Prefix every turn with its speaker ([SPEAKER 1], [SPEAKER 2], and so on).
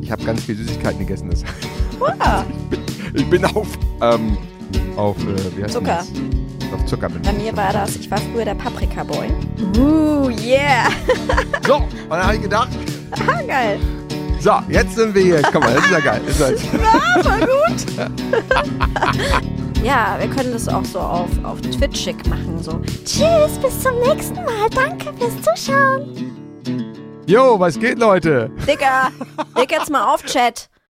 [SPEAKER 1] ich habe ganz viel Süßigkeiten gegessen. Das,
[SPEAKER 2] Wow.
[SPEAKER 1] ich bin auf, ähm, auf, äh, wie heißt
[SPEAKER 2] Zucker.
[SPEAKER 1] denn das? Auf Zucker bin
[SPEAKER 2] Bei mir war das, ich war früher der Paprika-Boy. Uh, yeah.
[SPEAKER 1] ich. So, und dann habe ich gedacht,
[SPEAKER 2] Ah, geil.
[SPEAKER 1] so, jetzt sind wir hier. Guck mal, das ist ja geil. Das ist ja-
[SPEAKER 2] Ah, voll gut. ja, wir können das auch so auf, auf Twitch schick machen. So. Tschüss, bis zum nächsten Mal. Danke fürs Zuschauen.
[SPEAKER 1] Jo, was geht, Leute?
[SPEAKER 2] Digga, leg jetzt mal auf, Chat.